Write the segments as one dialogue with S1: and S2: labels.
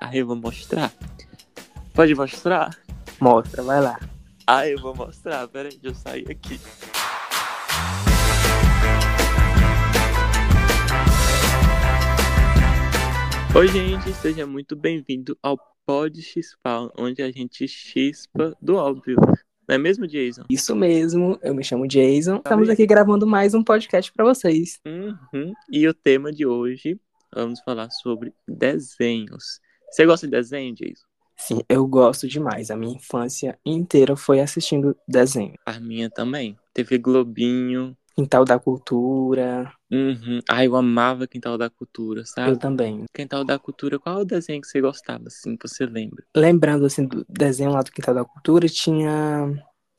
S1: Aí eu vou mostrar. Pode mostrar?
S2: Mostra, vai lá.
S1: Ah, eu vou mostrar. Pera aí, deixa eu sair aqui. Oi, gente, seja muito bem-vindo ao Pod Xpal, onde a gente chispa do óbvio. Não é mesmo, Jason?
S2: Isso mesmo, eu me chamo Jason. Estamos aqui gravando mais um podcast pra vocês.
S1: Uhum. E o tema de hoje, vamos falar sobre desenhos. Você gosta de desenho, Jason?
S2: Sim, eu gosto demais. A minha infância inteira foi assistindo desenho.
S1: A minha também. TV Globinho.
S2: Quintal da Cultura,
S1: Uhum. Ah, eu amava Quintal da Cultura, sabe?
S2: eu também.
S1: Quintal da Cultura, qual é o desenho que você gostava, assim, que você lembra?
S2: Lembrando, assim, do desenho lá do Quintal da Cultura, tinha...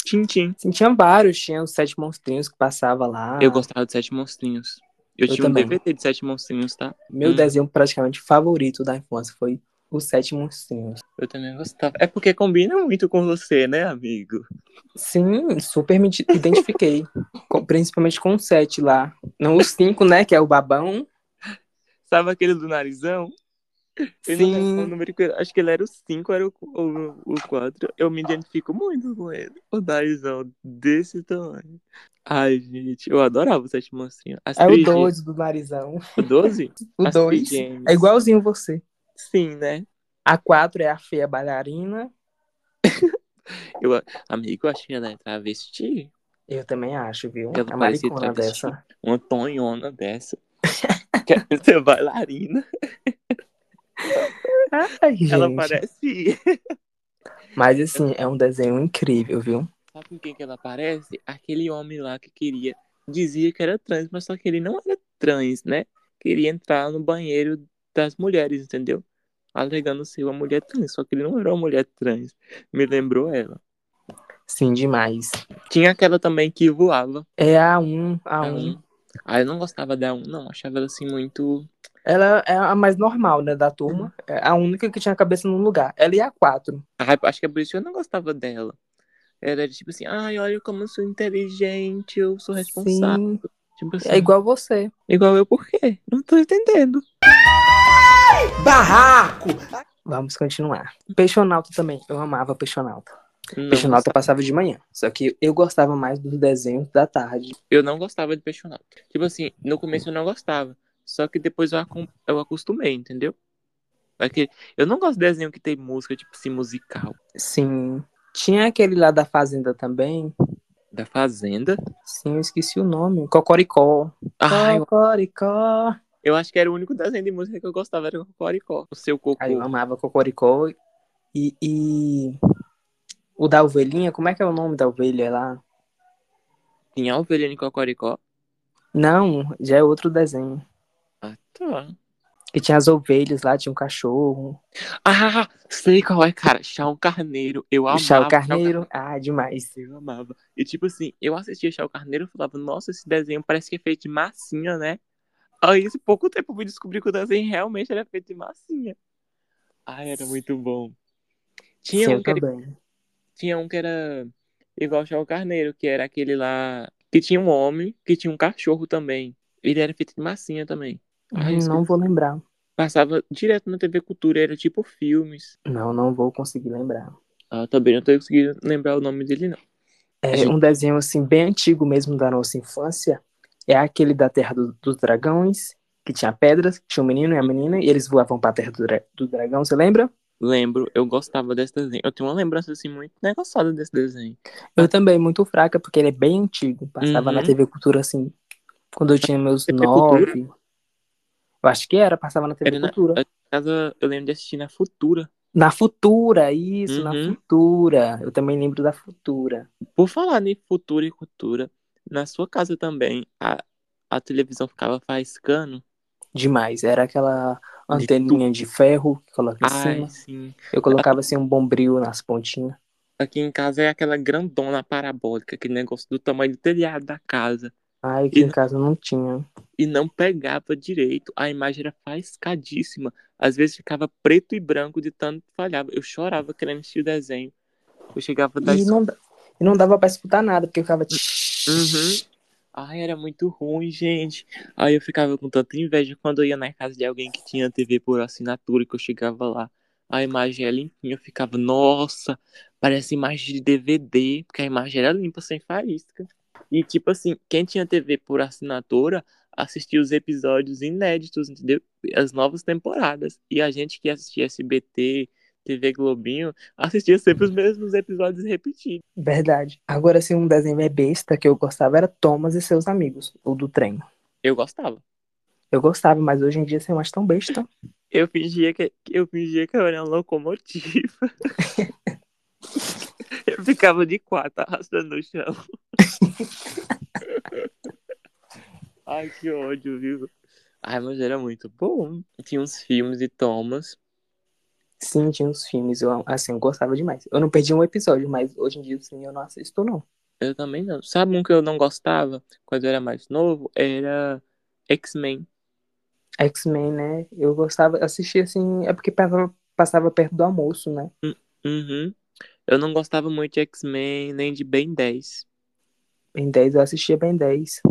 S1: Tintim.
S2: Assim, tinha vários, tinha os Sete Monstrinhos que passava lá.
S1: Eu gostava de Sete Monstrinhos. Eu,
S2: Ah. Eu
S1: tinha
S2: também.
S1: um DVD de Sete Monstrinhos, tá?
S2: Meu
S1: Hum.
S2: desenho praticamente favorito da infância foi os Sete Monstrinhos.
S1: Eu também gostava. É porque combina muito com você, né, amigo?
S2: Sim, super me di- identifiquei. Com- principalmente com o sete lá. Não os cinco, né, que é o babão.
S1: Sabe aquele do narizão? Eu não lembro qual
S2: Sim,
S1: número que era. Acho que ele era o 5, era o 4. Eu me identifico muito com ele. O narizão desse tamanho. Ai, gente, eu adorava o Sete Monstrinhos. As
S2: é o
S1: trigêmeas-
S2: dois do narizão.
S1: O 12?
S2: O
S1: As
S2: dois
S1: trigêmeas.
S2: é igualzinho você.
S1: Sim, né?
S2: A quatro é a feia bailarina.
S1: Amigo, eu acho que ela é travesti.
S2: Eu também acho, viu?
S1: Ela
S2: a
S1: parecia
S2: maricona
S1: travesti.
S2: dessa.
S1: Uma tonhona dessa. Quer ser bailarina.
S2: Ai, Tá gente.
S1: Ela parece.
S2: Mas assim, é um desenho incrível, viu?
S1: Sabe com quem que ela parece? Aquele homem lá que queria, dizia que era trans, mas só que ele não era trans, né? Queria entrar no banheiro das mulheres, entendeu? Alegando ser uma mulher trans, só que ele não era uma mulher trans. Me lembrou ela.
S2: Sim, demais.
S1: Tinha aquela também que voava.
S2: É a um, a
S1: a
S2: um.
S1: um. Ah, eu não gostava da um, não. Achava ela assim muito.
S2: Ela é a mais normal, né, da turma. É a única que tinha a cabeça no lugar. Ela e a quatro.
S1: Ah, acho que é por isso que eu não gostava dela. Era tipo assim, ai, olha como eu sou inteligente, eu sou responsável.
S2: Sim,
S1: Tipo assim,
S2: é igual você.
S1: igual eu por quê? Não tô entendendo.
S2: Barraco! Vamos continuar. Peixonauta também. Eu amava Peixonauta.
S1: Não
S2: Peixonauta passava de manhã. Só que eu gostava mais dos desenhos da tarde.
S1: Eu não gostava de peixonauta. Tipo assim, no começo eu não gostava. Só que depois eu, acom- eu acostumei, entendeu? Aquele... Eu não gosto de desenho que tem música, tipo assim, musical.
S2: Sim. Tinha aquele lá da Fazenda também.
S1: Da Fazenda.
S2: Sim, eu esqueci o nome. Cocoricó.
S1: Ah, eu...
S2: Cocoricó.
S1: eu acho que era o único desenho de música que eu gostava, era o Cocoricó. O seu cocô.
S2: Aí eu amava Cocoricó. E, e o da ovelhinha, como é que é o nome da ovelha lá?
S1: Tinha a ovelha em Cocoricó.
S2: Não, já é outro desenho.
S1: Ah, tá.
S2: Que tinha as ovelhas lá, tinha um cachorro.
S1: Ah, sei qual é, cara. Chão Carneiro. Eu
S2: O
S1: amava.
S2: Chá
S1: Chão
S2: o Carneiro. Ah, demais.
S1: Eu amava. E tipo assim, eu assistia Chá o Carneiro e falava, nossa, esse desenho parece que é feito de massinha, né? Aí, esse pouco tempo, eu fui descobrir que o desenho realmente era feito de massinha. Ai, era muito bom. Tinha,
S2: Sim,
S1: um,
S2: eu
S1: que era,
S2: também.
S1: tinha um que era igual Chá o Carneiro, que era aquele lá... Que tinha um homem, que tinha um cachorro também. Ele era feito de massinha também. Ai,
S2: Hum, não
S1: Ah, esqueci.
S2: vou lembrar.
S1: Passava direto na TV Cultura, era tipo filmes.
S2: Não, não vou conseguir lembrar.
S1: Ah, também não tô conseguindo lembrar o nome dele, não.
S2: É,
S1: gente-
S2: Um desenho assim bem antigo mesmo da nossa infância é aquele da Terra do- dos Dragões, que tinha pedras, que tinha o menino e a menina, e eles voavam pra Terra do, dra- do Dragão, você lembra?
S1: Lembro, eu gostava desse desenho. Eu tenho uma lembrança assim muito negociada desse desenho.
S2: Eu também, muito fraca, porque ele é bem antigo. Passava
S1: Uhum.
S2: na TV Cultura assim, quando eu tinha meus
S1: TV Cultura?
S2: nove. Eu acho que era, passava na TV
S1: Era né? na-
S2: Cultura.
S1: Casa, eu lembro de assistir na Futura.
S2: Na Futura, isso, na
S1: Uhum.
S2: Futura. Eu também lembro da Futura.
S1: Por falar em Futura e Cultura, na sua casa também a, a televisão ficava faiscando.
S2: Demais. Era aquela
S1: De
S2: anteninha de ferro que coloca em
S1: Ai,
S2: cima.
S1: sim.
S2: Eu colocava assim um bombril nas pontinhas.
S1: Aqui em casa é aquela grandona parabólica, aquele negócio do tamanho do telhado da casa.
S2: Ai, que
S1: E
S2: em
S1: não-
S2: casa não tinha.
S1: E não pegava direito. A imagem era faiscadíssima. Às vezes ficava preto e branco de tanto que falhava. Eu chorava querendo assistir o desenho. Eu chegava da
S2: E
S1: escola.
S2: não, da- e não dava pra escutar nada, porque eu ficava.
S1: Uhum. Ai, era muito ruim, gente. Aí eu ficava com tanta inveja quando eu ia na casa de alguém que tinha TV por assinatura, que eu chegava lá. a imagem era limpinha, eu ficava, nossa, parece imagem de DVD, porque a imagem era limpa, sem faísca. E tipo assim, quem tinha TV por assinatura assistia os episódios inéditos, entendeu? As novas temporadas. E a gente que assistia SBT, TV Globinho, assistia sempre os mesmos episódios repetidos.
S2: Verdade. Agora, assim, um desenho é besta que eu gostava era Thomas e seus amigos, o do trem.
S1: Eu gostava.
S2: Eu gostava, mas hoje em dia você é mais tão besta.
S1: Eu fingia que eu fingia que eu era uma locomotiva. eu ficava de quatro arrastando o chão. Ai, que ódio, viu? Ai, mas era muito bom. Tinha uns filmes de Thomas.
S2: Sim, tinha uns filmes, eu assim, eu gostava demais. Eu não perdi um episódio, mas hoje em dia assim, eu não assisto, não.
S1: Eu também não. Sabe um que eu não gostava quando eu era mais novo? Era X-Men.
S2: X-Men, né? Eu gostava, assistia assim, é porque passava, passava perto do almoço, né?
S1: Uhum. Eu não gostava muito de X-Men, nem de Ben 10.
S2: Ben 10, eu assistia Ben 10.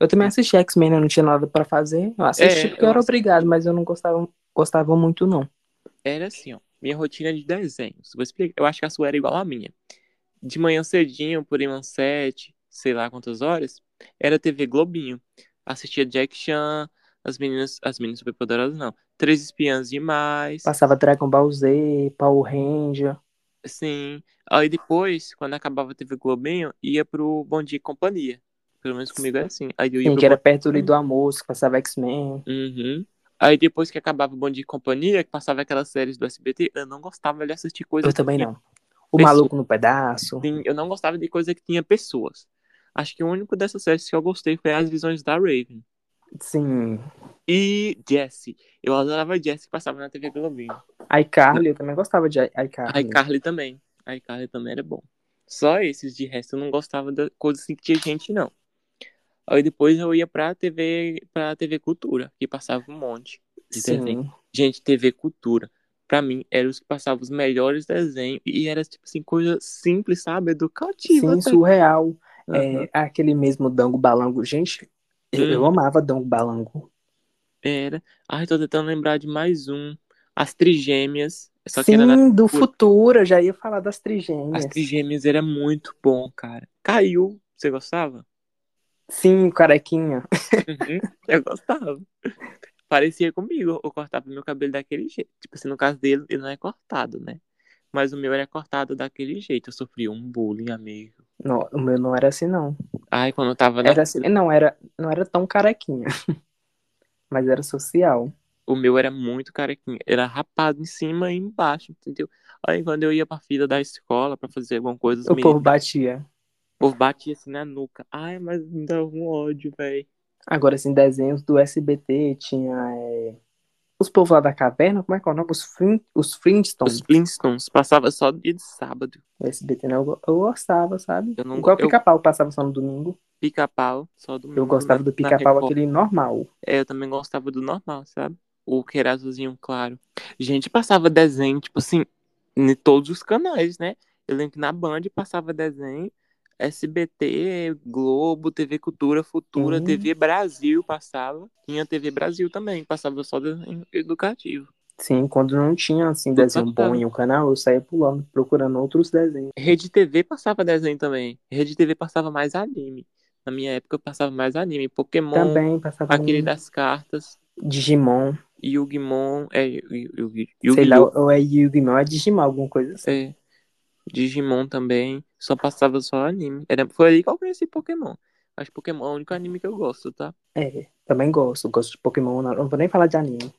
S2: Eu também assistia X-Men, né? eu não tinha nada para fazer. Eu assistia
S1: É,
S2: porque eu
S1: eu
S2: era
S1: assisti.
S2: obrigado, mas eu não gostava, gostava muito, não.
S1: Era assim, ó. Minha rotina de desenhos. Vou explicar. Eu acho que a sua era igual à minha. De manhã cedinho, por aí umas sete, sei lá quantas horas, era TV Globinho. Assistia Jack Chan, as meninas, as meninas superpoderosas não. Três espiãs demais.
S2: Passava Dragon Ball Z, Power Ranger.
S1: Sim. Aí depois, quando acabava a TV Globinho, ia pro Bom Dia e Companhia. Pelo menos comigo é assim. Aí eu ia
S2: Sim,
S1: pro
S2: um que era
S1: Bom-
S2: perto ali do almoço, que passava X-Men.
S1: Uhum. Aí depois que acabava o Bom Dia e Companhia, que passava aquelas séries do SBT, eu não gostava de assistir coisa
S2: Eu também
S1: que
S2: não. O
S1: Pessoa.
S2: Maluco no Pedaço.
S1: Sim, eu não gostava de coisa que tinha pessoas. Acho que o único dessas séries que eu gostei foi As Visões da Raven.
S2: Sim.
S1: E Jesse. Eu adorava Jesse que passava na TV Globinho.
S2: iCarly, eu também gostava de i-
S1: A
S2: iCarly.
S1: iCarly também. A iCarly também era bom. Só esses, de resto eu não gostava de coisas assim que tinha gente, não. Aí depois eu ia pra TV, pra TV Cultura, que passava um monte de desenho.
S2: Sim.
S1: Gente, TV Cultura. Pra mim, eram os que passavam os melhores desenhos. E era, tipo assim, coisa simples, sabe? Educativa.
S2: Sim,
S1: até.
S2: surreal.
S1: Aham.
S2: É, aquele mesmo Dango Balango. Gente, eu, eu
S1: Uhum.
S2: amava Dango Balango.
S1: Era. Ai, tô tentando lembrar de mais um. As Trigêmeas. Só que era na...
S2: Sim, do futuro. Eu já ia falar das trigêmeas.
S1: As Trigêmeas era muito bom, cara. Caiu. Você gostava?
S2: Sim, carequinha.
S1: Uhum. Eu gostava. Parecia comigo. Eu cortava meu cabelo daquele jeito. Tipo assim, no caso dele, ele não é cortado, né? Mas o meu era cortado daquele jeito. Eu sofri um bullying, amigo.
S2: Não, o meu não era assim, não.
S1: Ai, quando eu tava na...
S2: Era assim, não era, não era tão carequinha, mas era social.
S1: O meu era muito carequinho. Era rapado em cima e embaixo, entendeu? Aí quando eu ia pra fila da escola pra fazer alguma coisa, os
S2: O
S1: meninos...
S2: povo batia.
S1: O povo batia assim na nuca. Ai, mas me dá um ódio, velho.
S2: Agora, assim, desenhos do SBT tinha é, os povos lá da caverna, como é que é o nome? Os, Flin, os
S1: Os
S2: Flintstones.
S1: Flintstones passava só dia de sábado.
S2: O SBT não, né? eu, go- eu gostava, sabe?
S1: Eu não
S2: Igual
S1: eu
S2: pica-pau passava só no domingo.
S1: pica-pau, só domingo.
S2: Eu gostava
S1: na-
S2: do
S1: na
S2: pica-pau,
S1: Record.
S2: aquele normal.
S1: É, eu também gostava do normal, sabe? O que era azulzinho claro. Gente, passava desenho, tipo assim, em todos os canais, né? Eu lembro que na Band passava desenho, SBT, Globo, TV Cultura, Futura,
S2: Sim.
S1: TV Brasil passava. Tinha TV Brasil também, passava só desenho educativo.
S2: Sim, quando não tinha, assim,
S1: Tudo
S2: desenho bom
S1: passava.
S2: em um canal, eu saía pulando, procurando outros desenhos.
S1: Rede TV passava desenho também. Rede TV passava mais anime. Na minha época eu passava mais anime. Pokémon,
S2: Também passava
S1: aquele
S2: um
S1: das cartas,
S2: Digimon.
S1: Yu-Gi-Mon, é, Yu- Yu- Yu-
S2: Sei lá,
S1: Yu-Gi-Oh!
S2: ou é Yu-Gi-Oh! É Digimon, alguma coisa assim.
S1: É, Digimon também. Só passava só anime. Era, foi ali que eu conheci Pokémon. Acho que Pokémon é o único anime que eu gosto, tá?
S2: É, também gosto, gosto de Pokémon, não, não vou nem falar de anime.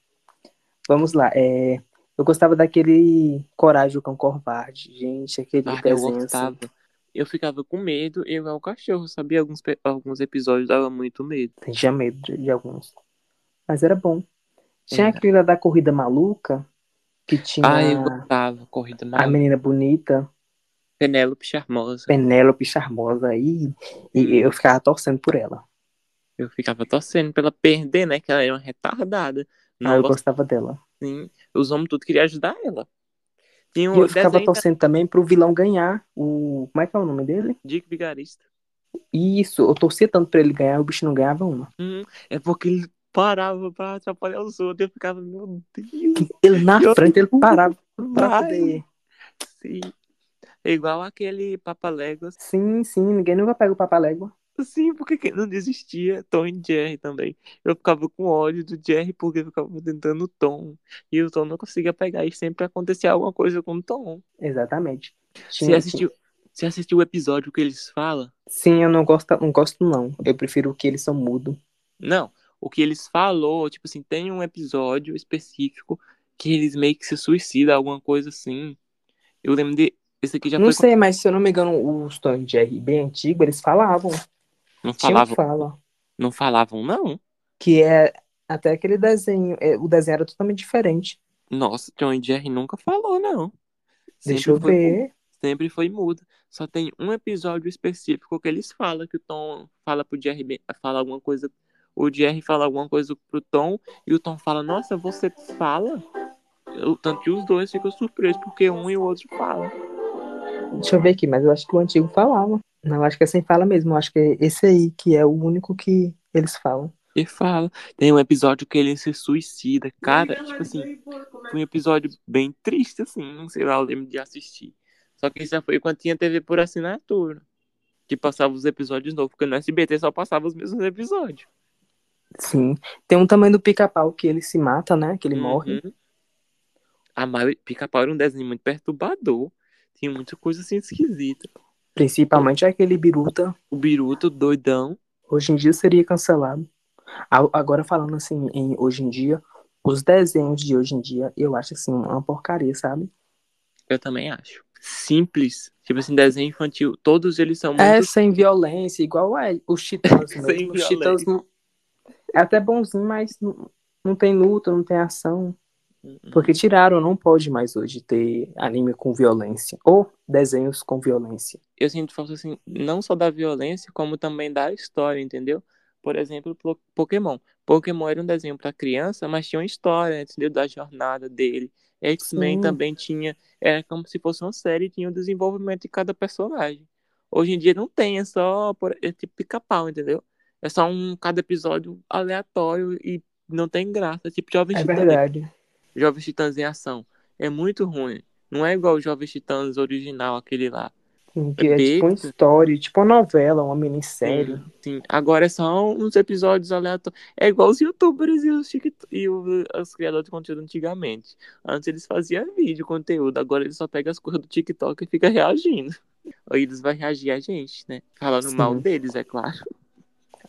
S2: Vamos lá, é, eu gostava daquele Coragem, o Cão Covarde, gente, aquele
S1: Ah, eu
S2: desenho assim.
S1: gostava. Eu ficava com medo, eu era um cachorro, sabia? Alguns, pe- alguns episódios dava muito medo.
S2: Tinha medo de, de alguns, mas era bom. Tinha
S1: Era.
S2: aquele lá da Corrida Maluca, que
S1: É. Ah, eu
S2: tinha
S1: gostava. Corrida
S2: a
S1: Maluca.
S2: menina bonita,
S1: Penélope Charmosa.
S2: Penélope Charmosa, aí
S1: Hum.
S2: e eu ficava torcendo por ela.
S1: Eu ficava torcendo pra ela perder, né? Que ela era uma retardada.
S2: Ah,
S1: Não
S2: eu
S1: gostava
S2: gostava dela.
S1: assim. Os homens tudo queriam ajudar ela. Tinha
S2: E
S1: um
S2: eu ficava
S1: desenho da
S2: torcendo também pro vilão ganhar, o... Como é que é o nome dele?
S1: Dick Vigarista.
S2: Isso, eu torcia tanto pra ele ganhar, o bicho não ganhava uma.
S1: Hum, é porque ele parava pra atrapalhar os outros. Eu ficava, meu Deus.
S2: Ele na
S1: que
S2: frente, ele
S1: horror.
S2: parava. Pra
S1: Vai.
S2: poder.
S1: Sim. É Igual aquele Papa Legos.
S2: Sim, sim, ninguém nunca pega o papalégua.
S1: Sim, porque quem não desistia, Tom e Jerry também. Eu ficava com ódio do Jerry porque eu ficava tentando o Tom. E o Tom não conseguia pegar. E sempre acontecia alguma coisa com o Tom.
S2: Exatamente.
S1: Você
S2: Tinha,
S1: assistiu, você assistiu o episódio que eles falam?
S2: Sim, eu não gosto, não gosto não. Eu prefiro que eles são mudo.
S1: Não, o que eles falou, tipo assim, tem um episódio específico que eles meio que se suicidam, alguma coisa assim. Eu lembro de. Esse aqui já
S2: não
S1: foi.
S2: sei, mas se eu não me engano, os Tom e Jerry bem antigo, eles falavam,
S1: Não
S2: tinham
S1: falavam,
S2: fala,
S1: não falavam, não.
S2: que é até aquele desenho, é, o desenho era totalmente diferente.
S1: Nossa, John e Jerry nunca falou, não.
S2: Deixa eu
S1: foi mudo,
S2: ver.
S1: sempre foi mudo. Só tem um episódio específico que eles falam, que o Tom fala pro Jerry, bem- fala alguma coisa. O Jerry fala alguma coisa pro Tom, e o Tom fala, nossa, você fala? O tanto que os dois ficam surpresos, porque um e o outro falam.
S2: Deixa eu ver aqui, mas eu acho que o antigo falava. Não, eu acho que é sem fala mesmo. Eu acho que é esse aí que é o único que eles falam.
S1: E fala. Tem um episódio que ele se suicida. Cara, tipo
S2: então,
S1: assim, foi um episódio bem triste, assim. Não sei lá, eu lembro de assistir. Só que isso já foi quando tinha TV por assinatura. Que passava os episódios novos. Porque no SBT só passava os mesmos episódios.
S2: Sim. Tem um também do pica-pau que ele se mata, né? Que ele morre.
S1: Uhum. A Mario Pica-Pau era um desenho muito perturbador. Tinha muita coisa assim esquisita.
S2: Principalmente aquele biruta.
S1: O Biruto, doidão.
S2: Hoje em dia seria cancelado. A- Agora falando assim, em hoje em dia, os desenhos de hoje em dia, eu acho assim, uma porcaria, sabe?
S1: Eu também acho. Simples. Tipo assim, desenho infantil. Todos eles são muito
S2: É sem violência, igual é os titãs
S1: Uhum. Sem
S2: mesmo. os titãs não... é até bonzinho, mas não, não tem luta, não tem ação.
S1: Uhum.
S2: Porque tiraram, não pode mais hoje ter anime com violência. Ou desenhos com violência.
S1: eu sinto falta assim, não só da violência, como também da história, entendeu? Por exemplo, po- Pokémon. Pokémon era um desenho para criança, mas tinha uma história, entendeu? Da jornada dele. X-Men
S2: Sim.
S1: também tinha, era como se fosse uma série, tinha o desenvolvimento de cada personagem. Hoje em dia não tem, é só por, é tipo pica-pau, entendeu? É só um cada episódio aleatório e não tem graça. É tipo Jovem
S2: É
S1: Titãs.
S2: verdade.
S1: Jovens Titãs em Ação. É muito ruim. Não é igual o Jovens Titãs original, aquele lá.
S2: Sim,
S1: É
S2: que é tipo uma
S1: besta.
S2: história, tipo uma novela, uma minissérie.
S1: Sim, sim. Agora são uns episódios aleatórios. É igual os youtubers e os, tikto- e o- os criadores de conteúdo antigamente. Antes eles faziam vídeo, conteúdo. Agora eles só pegam as coisas do TikTok e ficam reagindo. Aí eles vão reagir a gente, né? Falando
S2: Sim.
S1: mal deles, é claro.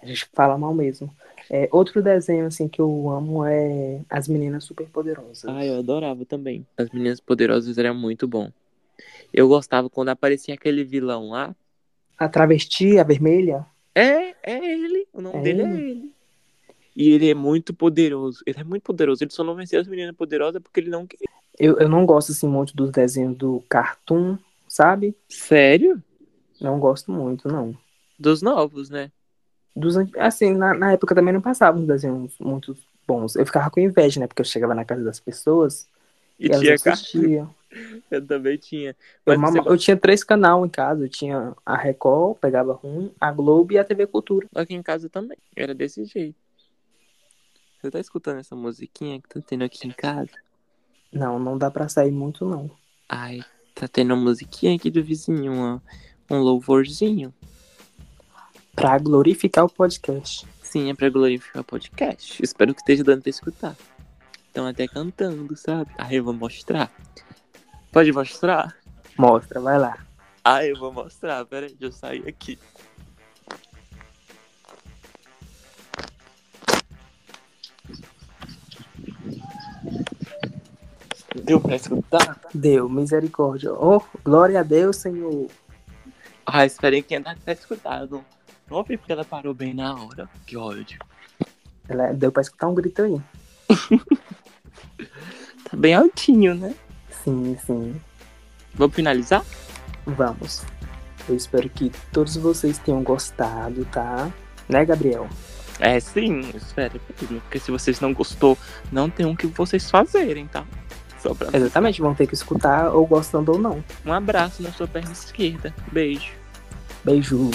S2: A gente fala mal mesmo. É, outro desenho assim que eu amo é As Meninas Superpoderosas.
S1: Ah, eu adorava também. As Meninas Poderosas era muito bom. Eu gostava quando aparecia aquele vilão lá.
S2: A travesti, a vermelha.
S1: É, é ele. O nome
S2: É
S1: dele é
S2: ele?
S1: ele. E ele é muito poderoso. Ele é muito poderoso. Ele só não venceu as meninas poderosas porque ele não queria.
S2: Eu, eu não gosto assim muito dos desenhos do Cartoon, sabe?
S1: Sério?
S2: Não gosto muito, não.
S1: Dos novos, né?
S2: Dos, an- assim, na, na época também não passavam uns desenhos muito bons. Eu ficava com inveja, né? Porque eu chegava na casa das pessoas
S1: E
S2: e elas
S1: tinha carro.
S2: assistiam.
S1: Eu também tinha.
S2: Eu,
S1: Mas
S2: mama-
S1: você
S2: eu tinha três canal em casa. Eu tinha a Record, pegava ruim, a Globo e a TV Cultura.
S1: aqui em casa também. Era desse jeito. Você tá escutando essa musiquinha que tá tendo aqui em casa?
S2: Não, não dá pra sair muito, não.
S1: Ai, tá tendo uma musiquinha aqui do vizinho, uma- um louvorzinho.
S2: Pra glorificar o podcast.
S1: Sim, é pra glorificar o podcast. Espero que esteja dando pra escutar. Estão até cantando, sabe? Aí eu vou mostrar. Pode mostrar?
S2: Mostra, vai lá.
S1: Ah, eu vou mostrar. Pera aí, deixa eu sair aqui. Deu pra escutar?
S2: Deu, misericórdia. Oh, glória a Deus, Senhor.
S1: Ah, esperei que ainda tá escutado. Não ouvi porque ela parou bem na hora. Que ódio.
S2: Ela, deu pra escutar um grito aí.
S1: Tá bem altinho, né?
S2: Sim, sim.
S1: Vamos finalizar?
S2: Vamos. Eu espero que todos vocês tenham gostado, tá? Né, Gabriel?
S1: É, sim. Espera, mesmo, porque se vocês não gostou, não tem um que vocês fazerem, tá? Só pra...
S2: Exatamente, vão ter que escutar, ou gostando ou não.
S1: Um abraço na sua perna esquerda. Beijo.
S2: Beijo.